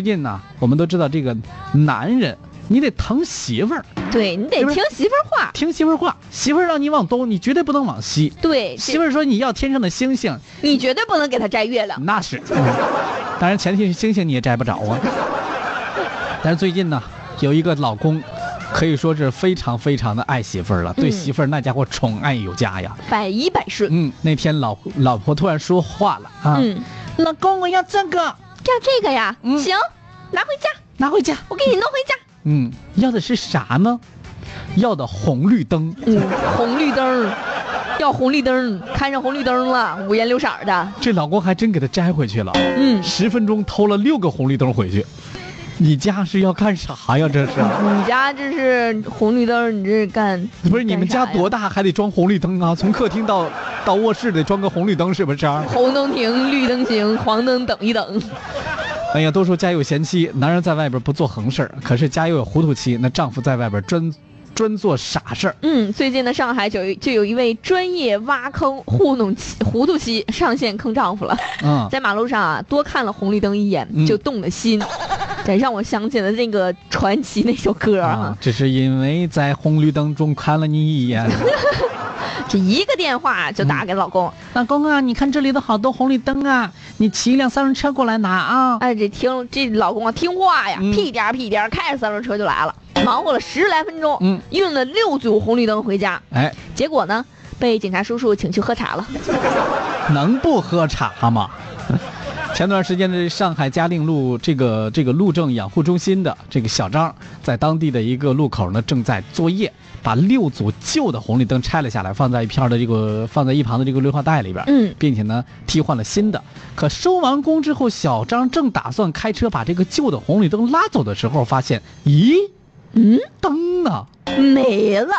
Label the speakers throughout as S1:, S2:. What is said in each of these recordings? S1: 最近呢，我们都知道这个男人，你得疼媳妇儿，
S2: 对你
S1: 对
S2: 得
S1: 吧
S2: 听媳妇儿话，
S1: 听媳妇儿话，媳妇儿让你往东，你绝对不能往西。
S2: 对，
S1: 媳妇儿说你要天上的星星，
S2: 这你绝对不能给他摘月亮。
S1: 那是，嗯当然前提是星星你也摘不着啊。但是最近呢，有一个老公，可以说是非常非常的爱媳妇儿了，对
S2: 嗯
S1: 媳妇儿那家伙宠爱有加呀。
S2: 百依百顺。
S1: 嗯，那天老老婆突然说话了啊，
S2: 嗯，
S1: 老公我要这个，
S2: 要这个呀，
S1: 嗯
S2: 行，拿回家，
S1: 拿回家。
S2: 我给你弄回家。
S1: 嗯，要的是啥呢？要的红绿灯。
S2: 嗯，红绿灯，要红绿灯，看上红绿灯了，五颜六色儿的。
S1: 这老公还真给她摘回去了，
S2: 嗯，
S1: 十分钟偷了六个红绿灯回去。你家是要干啥呀？这是，
S2: 你家这是红绿灯，你这是干
S1: 不是你们家多
S2: 大？
S1: 大还得装红绿灯啊？从客厅到到卧室得装个红绿灯是不是、啊？
S2: 红灯停，绿灯行，黄灯等一等。
S1: 哎呀，都说家有贤妻，男人在外边不做横事儿，可是家又有糊涂妻，那丈夫在外边专专做傻事儿。
S2: 嗯，最近的上海就有就有一位专业挖坑糊弄妻糊涂妻上线坑丈夫了。
S1: 嗯，
S2: 在马路上啊，多看了红绿灯一眼，
S1: 嗯
S2: 就动了心。对，让我想起了那个传奇那首歌
S1: 啊
S2: 啊，，
S1: 只是因为在红绿灯中看了你一眼。啊
S2: 这一个电话就打给老公，
S1: 老公啊，你看这里都好多红绿灯啊，你骑一辆三轮车过来拿啊。
S2: 哎，这听这老公啊听话呀，
S1: 嗯
S2: 屁颠儿屁颠儿开着三轮车就来了，忙活了十来分钟，
S1: 嗯
S2: 运了六组红绿灯回家，
S1: 哎，
S2: 结果呢被警察叔叔请去喝茶了。
S1: 能不喝茶吗？ 前段时间的上海嘉定路这个这个路政养护中心的这个小张，在当地的一个路口呢，正在作业，把六组旧的红绿灯拆了下来，放在一片儿的这个放在一旁的这个绿化带里边，
S2: 嗯
S1: 并且呢替换了新的。可收完工之后，小张正打算开车把这个旧的红绿灯拉走的时候，发现，咦，
S2: 嗯，
S1: 灯呢？
S2: 没了，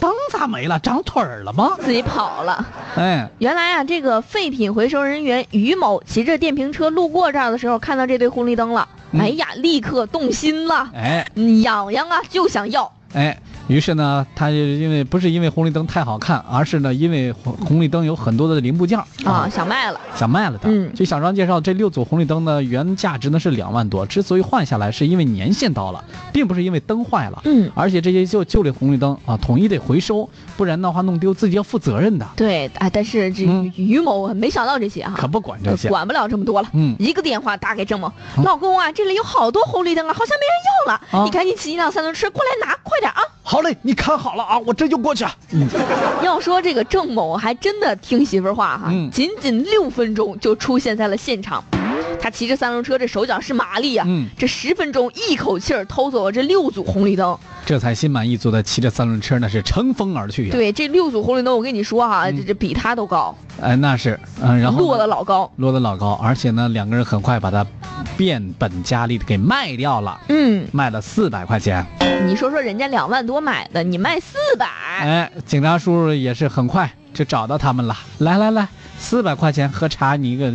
S1: 灯咋没了？长腿儿了吗？
S2: 自己跑了。
S1: 哎，
S2: 原来啊，这个废品回收人员于某骑着电瓶车路过这儿的时候，看到这对红绿灯了，
S1: 嗯
S2: 哎呀，立刻动心了，
S1: 哎
S2: 嗯痒痒啊，就想要。
S1: 哎，于是呢，他就因为不是因为红绿灯太好看，而是呢，因为红红绿灯有很多的零部件儿
S2: 啊，，想卖了，
S1: 想卖了它。
S2: 嗯
S1: 据小张介绍，这六组红绿灯呢，原价值呢是两万多，之所以换下来，是因为年限到了，并不是因为灯坏了。
S2: 嗯，
S1: 而且这些旧旧的红绿灯啊，统一得回收，不然的话弄丢自己要负责任的，
S2: 对，哎，但是这
S1: 嗯
S2: 于某没想到这些哈、啊
S1: 可不管这些。
S2: 呃管不了这么多了。
S1: 嗯
S2: 一个电话打给郑某，
S1: 嗯
S2: 老公啊，这里有好多红绿灯啊，好像没人要了，
S1: 啊
S2: 你赶紧骑一辆三轮车过来拿，快点啊！
S1: 好嘞，你看好了啊，我这就过去。嗯，
S2: 要说这个郑某还真的听媳妇儿话哈、
S1: 嗯
S2: 仅仅六分钟就出现在了现场。他骑着三轮车，这手脚是麻利啊！
S1: 嗯
S2: 这十分钟一口气儿偷走了这六组红绿灯。
S1: 这才心满意足的骑着三轮车，那是乘风而哎去呀。
S2: 对，这六组红绿灯，我跟你说哈、
S1: 嗯
S2: 这这比他都高，
S1: 哎，那是，嗯，然后呢
S2: 落得老高。
S1: 落得老高，而且呢，两个人很快把它变本加厉的给卖掉了，
S2: 嗯，
S1: 卖了四百块钱。
S2: 你说说人家两万多买的，你卖四百，
S1: 哎，警察叔叔也是很快就找到他们了。来来来，四百块钱喝茶，你一个，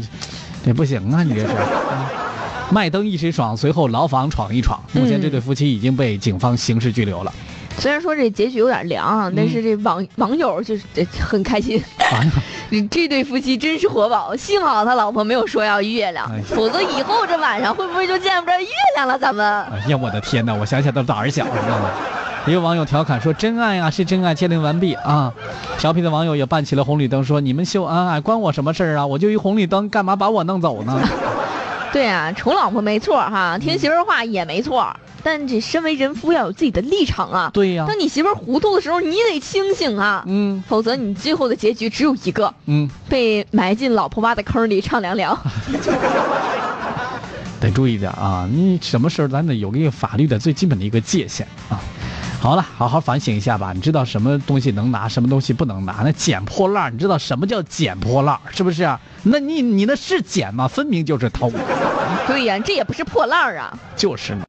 S1: 这不行啊，你这是。嗯卖灯一时爽，随后牢房闯一闯。目前这对夫妻已经被警方刑事拘留了。
S2: 虽然说这结局有点凉啊，但是这网、网友就是这很开 心。
S1: 哎呀，
S2: 这对夫妻真是活宝，幸好他老婆没有说要月亮
S1: 哎，
S2: 否则以后这晚上会不会就见不着月亮了？咱们
S1: 哎呀，我的天哪！我想想都胆儿小，你知道吗？也有网友调侃说：“真爱啊，是真爱。”鉴定完毕啊，调皮的网友也办起了红绿灯，说：“你们秀恩爱关我什么事儿啊？我就一红绿灯，干嘛把我弄走呢
S2: 对啊，宠老婆没错哈，听媳妇儿话也没错，嗯但这身为人夫要有自己的立场啊？”。
S1: 对呀、
S2: 当你媳妇儿糊涂的时候，你得清醒啊，
S1: 嗯
S2: 否则你最后的结局只有一个，
S1: 嗯，
S2: 被埋进老婆挖的坑里唱凉凉。
S1: 得注意点啊！你什么事儿咱得有一个法律的最基本的一个界限啊。好了，好好反省一下吧。你知道什么东西能拿，什么东西不能拿？那捡破烂儿，你知道什么叫捡破烂儿，是不是、啊？那你你那是捡吗？分明就是偷，
S2: 对呀、这也不是破烂儿啊。
S1: 就是嘛。